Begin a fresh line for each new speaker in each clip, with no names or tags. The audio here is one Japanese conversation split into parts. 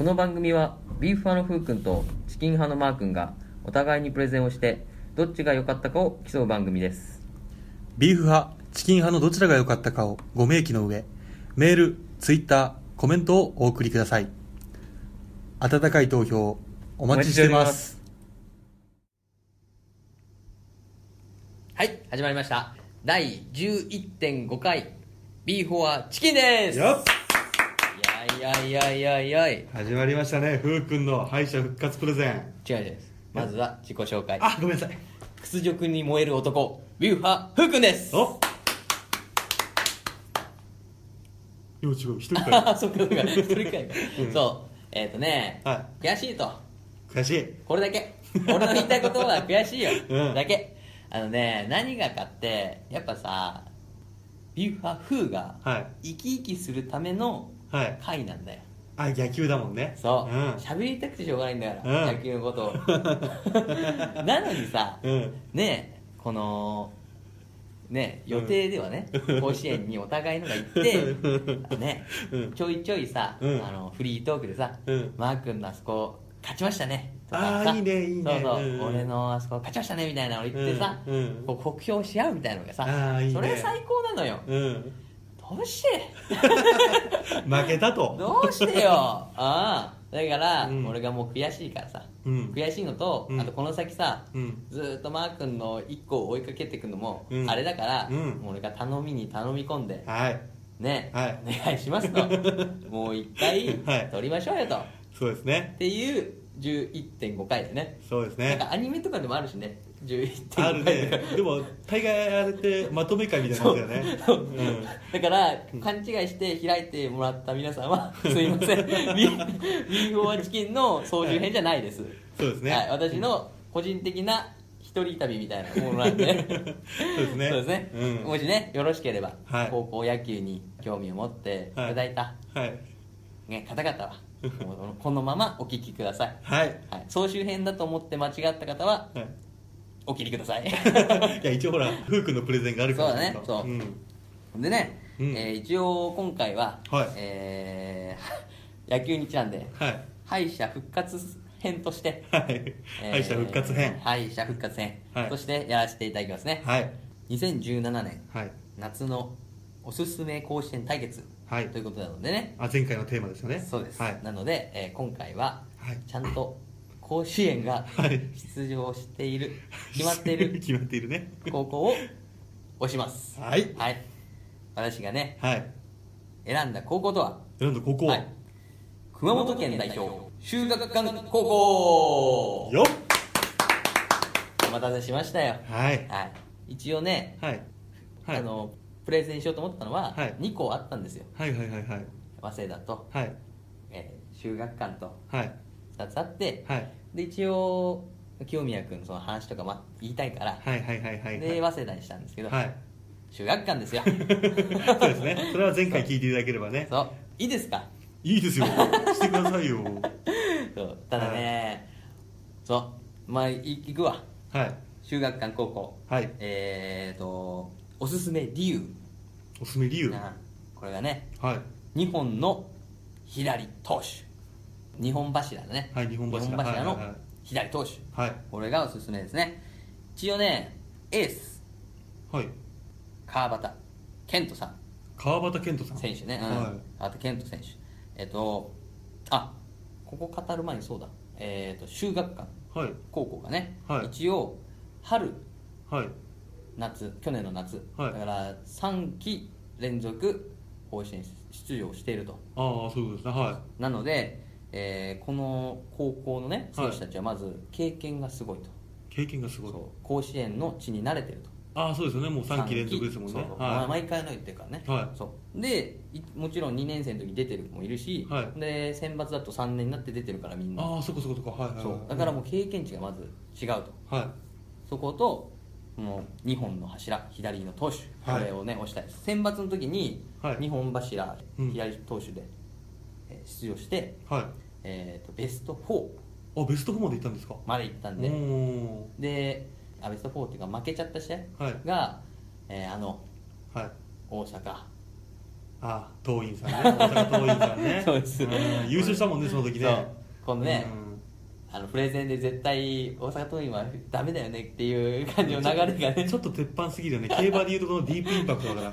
の番組はビーフ派のふうくんとチキン派のマーくんがお互いにプレゼンをしてどっちが良かったかを競う番組です
ビーフ派、チキン派のどちらが良かったかをご明記の上、メール、ツイッター、コメントをお送りください。温かい投票、お待ちしています。
はい始まりました第11.5回ビーフォアチキンで
よっ
いやいやいやいやい
始まりましたね、ふうくんの敗者復活プレゼン。
や違う違うまずは自己紹介
あ、ごめんなさい。
屈辱に燃える男ビーフ派ふうくんです
おいや、違う、一人 か
あ
ら。
あ そうかそうか一人かい
うん
そうえっ、とね、
は
悔しいと
悔しい。
これだ け俺の言いたいことは悔しいよ、
うん
だけあのね何がかってやっぱさビューファフーが
はい。
生き生きするための
はい。
会なんだよ
あ、野球だもんね。
そう
うん。
喋、りたくてしょうがないんだから、
うん
野球の ことをなのにさ、
うん
ねえこのねえ予定ではね、甲子園にお互いのが行ってねえ、
うん
ちょいちょいさ、
うん
あのフリートークでさ、
うん
マー君のあそこ勝ちましたねとか
あ
さ
ーいいねいいね
そうそう、
うんうん
俺のあそこ勝ちましたねみたいなの言ってさ、
うんうん
こう酷評し合うみたいなのがさ
あーいいね
それ最高なのよ
うん。
どうして
負けた と。
どうしてよ ああだから、
うん
俺がもう悔しいからさ、
うん
悔しいのと、
うん
あとこの先さ、
うん
ずーっとマー君の一個を追いかけていくのも、
うん
あれだから、
うん
もう俺が頼みに頼み込んで
はい。
ね、
はい
お願いし ますともう一回
はい
撮りましょうよと、
そうですね。
っていう11.5回でね
そうです
なん
ね。
かアニメとかでもあるしね11.5回
あるね。でも、大概あれってまとめ会みたいな
そ
や
う
つだよね。
そう
うん
だから、勘違いして開いてもらった皆さんはすいま せんビービーフォアチキンの操縦編じゃないです、
そうですね。
はい、私の個人的な一人旅みたいなものなんで
そうですね。
そうですね、
うん。
もしねよろしければ、
はい
高校野球に興味を持っていただいた、
はい。
ね、方々 はもうこのままお聞きください、
はい。
はい、総集編だと思って間違った方は
はい
お聞きくだ さい
いや、一応ほら、ふうくんのプレゼンがあるから。
そうだねそう
うん
でね、
うん
えー一応今回は、
はい
えー 野球にちなんで
はい。
敗者復活編として
はい。
えー
敗者復活編。
敗者復活編、
はい
としてやらせていただきますね、
はい。
2017年
はい。
夏のおすすめ甲子園対決
はい
ということなのでね、
あ、前回のテーマですよね。
そうです、
はい。
なので、えー今回は
はい
ちゃんと甲子園が
はい
出場している、決まっている
決まっているね。
高校を押します
はい。
はい私がね
はい。
選んだ高校とは
なんとここ。
はい熊本県代表修学館高校
よっ
お待たせしましたよ、
はい。
はい、一応ね、
はい。はい。
あのプレゼンしようと思ったのは
はい
2校あったんですよ、
はいはいはいはい。
早稲田と、
はい。
えー修学館と
はい。
2つあって、
はい。
で一応清宮君その話とか、ま、言いたいから、
はいはいはいはい。
で早稲田にしたんですけど、
はい。
修学館 ですよ
そうですね。それは前回聞いていただければね。
そういいですか
いいですよ。してくださいよ。
そうただね、そうまあい行くわ
はい。
修学館高校
はい
えーとおすすめ理由
おすすめ理由。は
なこれがね
い。
2本の左投手2本柱だね、
はい二本柱
二の
はいはいはい
左投手、
はい。
これがおすすめですね一応ねエース
はい。
川端健人さん
川端健人さん。
選手ね、うん
は
あと健人選手えっ、とあここ語る前にそうだえっ、と修学館
い。はい。
高校がね、
はい
一応春
はい。
夏去年の夏、
はい
だから3期連続甲子園出場していると
ああ、そういうことですね。は
なので、えーこの高校のね
は
選
い
手たちはまず経験がすごいと、
い。経験がすごい。
そう甲子園の地に慣れてると
ああ、そうですよね。もう三期連続ですもん
そう
ね
そ。うまあ
は
毎回のように言ってるからね、
はい
そうでいもちろん2年生の時出てる子もいるし、
はい
で選抜だと3年になって出てるからみん
い。
な
ああ、そこそこそこ。はいはいはい。
そうだからもう経験値がまず違うと
はい。
そこともう2本の柱左の投手こ
はい
れをね、押したいです選抜の時に
はい
2本柱
うん
左投手でえー出場して、
はい。
えー、とベスト4
あ、ベスト4まで行ったんですか
まで行ったん
お
で、
ー。
であベスト4っていうか負けちゃった試合
はい
が、えーあの
はい。
大阪
あ桐蔭さんね大阪桐蔭さん ね
そうです
ん優勝したもんねその時ね
そうこのね
うん
あのプレゼンで絶対大阪桐蔭はダメだよねっていう感じの流れがね
ちょっと鉄板すぎるよね競馬でいうとこのディープインパクトだ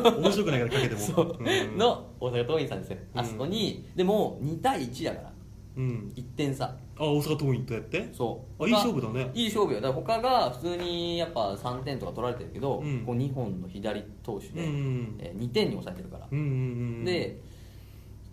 から 面白くないからかけても
そう、
うん
の大阪桐蔭さんですよ、あそこにでも2対1だから
うん
1点差
あ大阪桐蔭とやって
そう
あいい勝負だね
いい勝負よだから他が普通にやっぱ3点とか取られてるけど、
うん
こう2本の左投手で、
うんうん
え2点に抑えてるから、
うんうんうん
で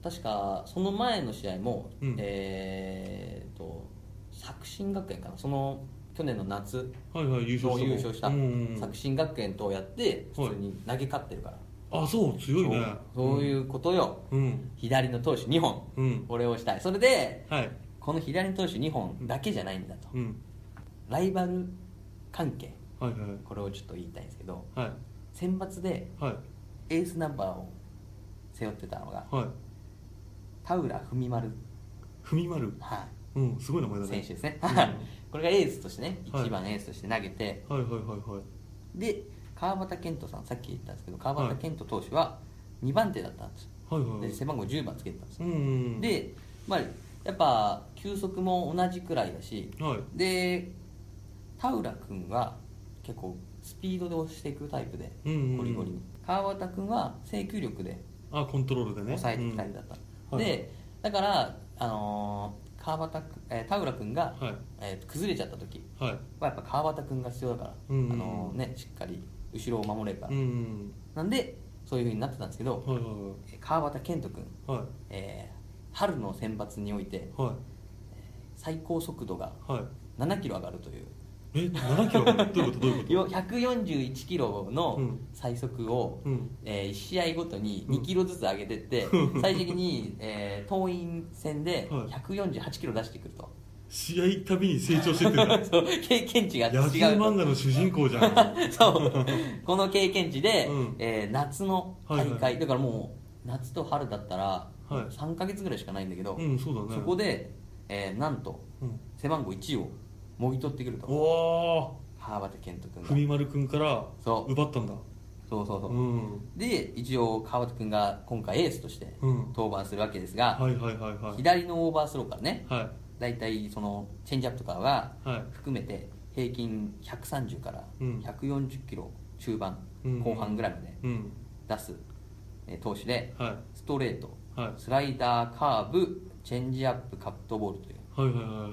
確かその前の試合も、
うん
えーっと作新学園かなその去年の夏
はいはい優勝
の
した
優勝した
うんうんうん
作新学園とやって普通に投げ勝ってるから、
あそう強いね
そうそういうことよ、
うん
左の投手2本
うん
俺をしたいそれで
はい
この左の投手2本だけじゃないんだと、
うん
ライバル関係
はいはい
これをちょっと言いたいんですけど
はい
選抜で
はい
エースナンバーを背負ってたのが
はい
田浦文丸、
文丸
は
うんすごい名前
い、
だね
選手ですね、
うん
これがエースとしてね
はい
1番エースとして投げて、
はいはいはいはい
で川端健人さんさっき言ったんですけど川端健人投手は2番手だったんですよ
はいはいは
で
い
背番号10番つけてたんですよ
うんうんうん
で、まあ、やっぱ球速も同じくらいだし
はい
で田浦君は結構スピードで押していくタイプで
うんうんうん
ゴリゴリに、川端君は制球力で
あコントロールでね
抑えてきたりだった、
うんはい
でだから、あのー川端君えー田浦君が、
はい
えー崩れちゃった時
うんはい
はやっぱ川端君が必要だから、
うんうん
あのーね、しっかり後ろを守れるから、
うんうん
なんでそういうふうになってたんですけど、
はいはい
えー川端健人君、
はい
えー春の選抜において
はい
最高速度が
はいはい
7キロ上がるという
え7キロどういうことどういうこと
よ141キロの
うん
最速を、
うん
え1試合ごとに2キロずつ上げてっ て、最終的に、えー、党員戦で
はい
148キロ出してくると、
試合たびに成長してってんだ
そう経験値が
野球
違う
漫
と
画の主人公じゃん
そうこの経験値で、
うん
えー夏の大会、
はいはい
だからもう夏と春だったら
い
3か月ぐらいしかないんだけど、
うんそうだね
そこで、えーなんと
うん
背番号1をもぎ取ってくる
お
と
お
川端健人君が
文丸君から
そう
奪ったんだ
そうそうそう、
うん
で一応川端君が今回エースとして
うん
登板するわけですが、
はいはいはいはい
左のオーバースローからね
は
大体そのチェンジアップとかが
いはい
含めて平均130から
うん
140キロ中盤、
うん
後半ぐらいまで
うん
出す、えー投手で
はい
ストレート
はい
スライダーカーブチェンジアップカットボールという
はいはいはい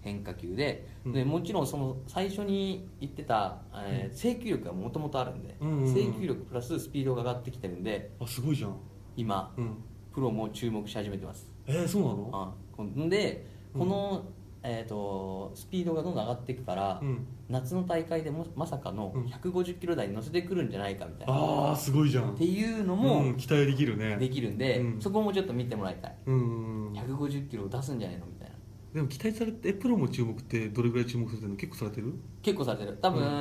変化球で,、
うん
でもちろんその最初に言ってた、えー制球力がもともとあるんで、
うんうんうん
制球力プラススピードが上がってきてるんで
あすごいじゃん
今
うん
プロも注目し始めてます、
えー、そうな
うん
の
こんで
うん
この、えー、とスピードがどんどん上がっていくから、
うん
夏の大会でもまさかの
うん
150キロ台に乗せてくるんじゃないかみたいな、
ああすごいじゃん
っていうの
う
も
ん、期待できるね
できるんで、
うん
そこもちょっと見てもらいたい
うん
150キロ出すんじゃないのみたいな
でも期待されてえプロも注目ってどれぐらい注目されてるの結構されてる
結構されてる多分、
うん
え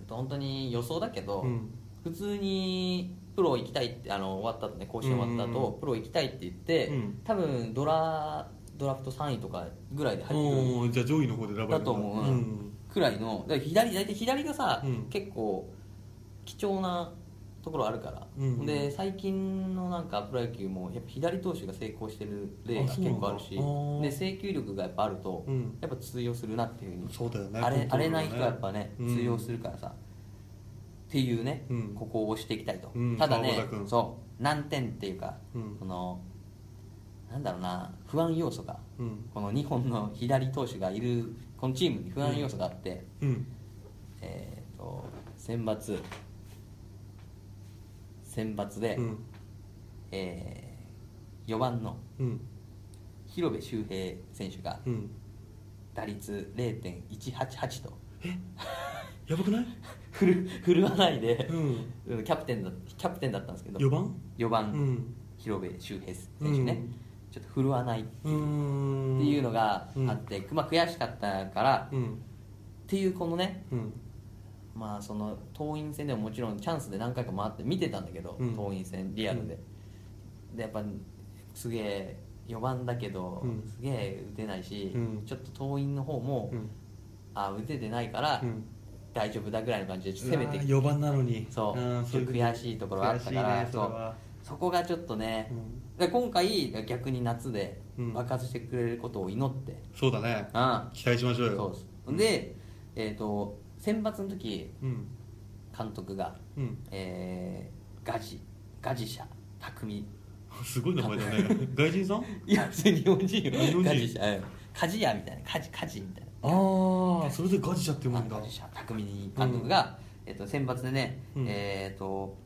ーっと本当に予想だけど、
うん
普通にプロ行きたいってあの終わった後ね甲子園終わった後、
うんうん
プロ行きたいって言って、
うん
多分ドラドラフト3位とかぐらいで入ってくる
うんじゃあ上位の方で選ばれるん
だと思う、
うん
くらいのだから左大体左がさ、
うん
結構貴重なところあるから、
うん
で最近のなんかプロ野球もやっぱ左投手が成功してる例が
あ
結
そうなんだ
構あるし
あー
で制球力がやっぱあると、
うん
やっぱ通用するなっていうふうに
そうだよね
荒れ
コント
荒
ロー
れない
ルがね
人はやっぱね、
うん
通用するからさっていうね、
うん
ここを押していきたいと、
うん
ただね
川端君
そう難点っていうか、
うん
そのなんだろうな不安要素が
うん
この日本の左投手がいるこのチームに不安要素があって、
うん
えー、と選抜選抜で、
うん
え4番の
うん
広部周平選手が
うん
打率0.188と
やばくない
振る 振るわないで
う、ん
キャプテンだキャプテンだったんですけど
4番
4
う
番、
ん
広部周平選手ね、
うん
ちょっと振るわないっ
うーん
ていうのが
うん
あって、まあ悔しかったから、
う
っ
ん
ていうこのね
うん
まあその党員戦でももちろんチャンスで何回か回って見てたんだけど、
うん
党員戦リアルで、でやっぱすげえ4番だけど、
うん
すげえ打てないし、
うん
ちょっと党員の方も、
うん
あ打ててないから、
うん
大丈夫だぐらいの感じでせめて
4番なのに
そう
うん
ちょっと悔しいところはあったから
悔しいねそれは
そこがちょっとね、
うん
で今回逆に夏で
うん
爆発してくれることを祈って、
そうだね
あ
期待しましょうよ
そうです、で、えー、と選抜の時
うん
監督が、
うん
えーガジガジ社匠
すごい名前だね 外人さん
いや普通に日本人よ
日本人
ガジ社うんカジヤみたいなカジカジみたいな
ああそれでガジシャって読むんだ
ガジ社匠監督が、えー、と選抜でね、
うん
えっ、と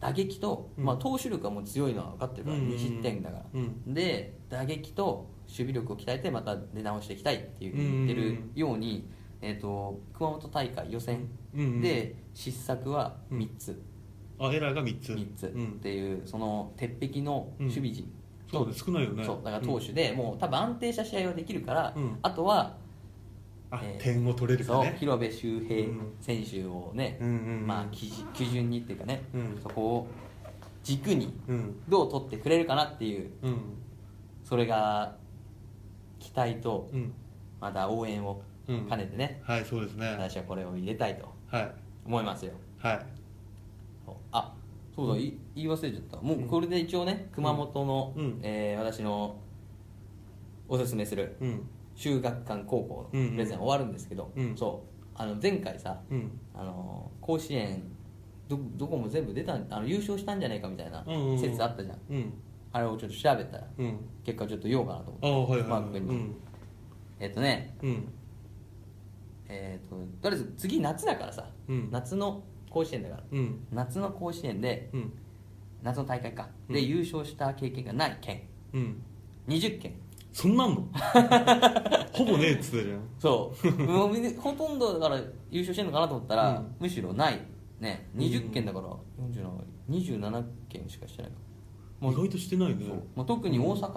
打撃と、
うん
まあ、投手力はもう強いのは分かってるから、
うんうんうん
2失点だから、
うん
で打撃と守備力を鍛えてまた出直していきたいっていうふうに言って
うんうん
る
うん
ように、えー、と熊本大会予選
うんうん
で失策は3つ、
あエラーが3つ
三つ
う
っ、
ん
ていうその鉄壁の守備陣
そうだね少ないよね
そうだから投手でもう多分安定した試合はできるから、
うん
あとは
あ
えー
点を取れるか
そう
ね
広部周平
うん
選手をね、
うんうんうん
まあ、基準基準にっていうかね、
うん
そこを軸に
うん
どう取ってくれるかなっていう
うん
それが期待と
うん
また応援を兼ねてね、
はいそうですね
私はこれを入れたいと
はい
思いますよ
はい
そうあそうだ、い言い忘れちゃったもうこれで一応ね熊本の、
うん
えー私のおすすめする
うん
中学館高校
うんう
の
ん
プレゼン終わるんですけど、
うん
そうあの前回さ、
うん
あの甲子園どどこも全部出たあの優勝したんじゃないかみたいな
うんうんうん
説あったじゃん,、
うん
あれをちょっと調べたら
うん
結果ちょっと言おうかなと
あ
思って
あはいはい
マ
はい
ー
う
君に、
ん
えっとね
うん
えっととりあえず次夏だからさ、
うん
夏の甲子園だから
うん
夏の甲子園で
うん
夏の大会か、で
うん
優勝した経験がない県
うん
20件
そんなん のほぼねえっつってたじゃん
そう もうみんなほとんどだから優勝してるのかなと思ったら、
うん
むしろないね
うん
20件だから47 27件しかしてないか
意外としてないね
そうまあ、特に大阪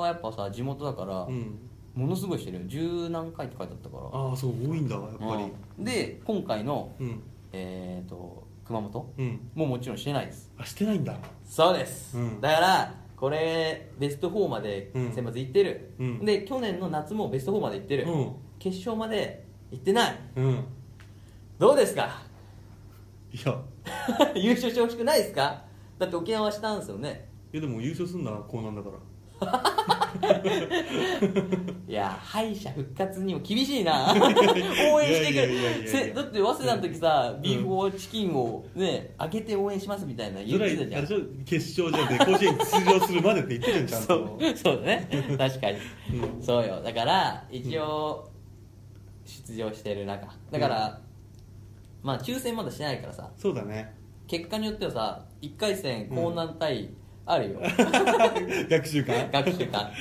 はやっぱさ地元だから、
うん
ものすごいしてるよ十何回って書いてあったから
ああそう多いんだやっぱり
うんで今回の、
うん
えー、と熊本
うん
ももちろんしてないです
あしてないんだ
そうです、
うん
だからこれベスト4まで
うん
選抜行ってる、
うん
で去年の夏もベスト4まで行ってる、
うん
決勝まで行ってない
うん
どうですか
いや
優勝してほしくないですかだって沖縄したんですよね
いやでも優勝すんならこうなんだから
いや敗者復活にも厳しい な
や
応援して
いやいやいや
く
い
れ
や
せだって早稲田の時さ、
うん
ビーフォーチキンをね開けて応援しますみたいな言
そ
っ
れは
て
あ
たじゃ
れ
ん
でし
そ
ょ決勝じゃなくて甲子園に出場するまでって言ってるじゃんちゃんと
うそうだね 確かに、
う
そうよだから一応出場してる中だから、まあ抽選まだしてないからさ
そうだね
結果によってはさ1回戦高南対あ るよ、
学習会
学習 会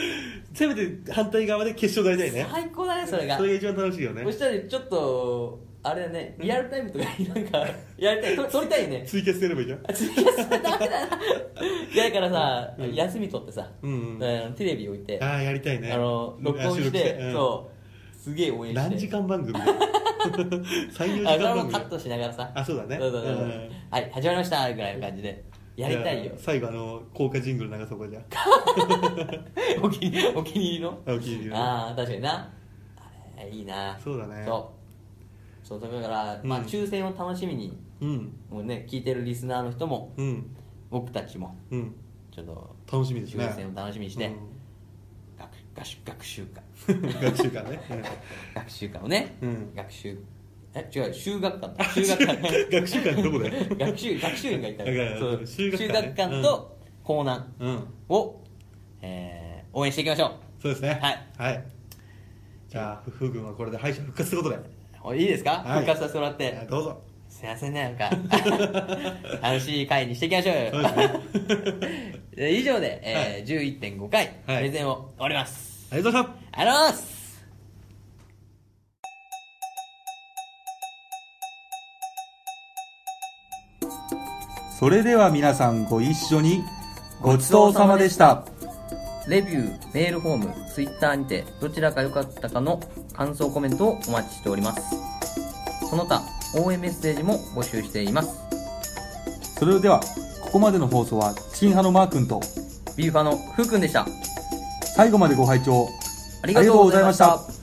せめて反対側で決勝台だよね
最高だねそれが
それが一番楽しいよね
そしたらちょっとあれだねリアルタイムとかに なんかやりたいと撮りたいよね
追加すればいいじゃん
あ次はそれダメ だないやだからさ、
うん
休み取ってさ、
うんうん
あのテレビ置いて、
ああやりたいね
あの録音してそうすげえ応
う
援して
ん何時間番組 三四時
あそれも
間番
カッ
組
トしながらさ
あそうだね
そうそうそう
うん
はい始まりましたぐらいの感じでやりたいよ
じゃあ最後あの効果ジングル流そうかじゃあ
お気にお気に入りの
あお気に入りの
ああ確かになあれいいな
そうだね
そうそうだから、ま
う
あ
ん
抽選を楽しみに
うん
もうね聞いてるリスナーの人も
うん
僕たちも
うん
ちょっと
楽しみですね
抽選を楽しみにして、
う
学学習学習 会
ん学習会ね
学習会をね、
うん
学習え違う修学館 だ修学館
うん学習会ってどこで
学習学習院がいたか
だからら
そう
修
修
学
学
館ね
館と江南
うん
を、えー応援していきましょ
そうですね
はい
はいじゃあふふぐんはこれで敗者復活ということで
うおいいですか、
はい
復活させてもらって、
あどうぞ
すいませんねなんか 楽しい回にしていきましょうよ
そう ですね
で 以上で、えー11.5回プ
はい
レゼンを終わります、
ありがとうございました
ありがとうございます
それでは皆さんご一緒にごちそうさまでした
レビュー、メールフォーム、ツイッターにて、どちらが良かったかの感想コメントをお待ちしております。その他、応援メッセージも募集しています。
それではここまでの放送はチキン派のマー君と
ビーファのふうくんでした。
最後までご拝聴
ありがとうございました。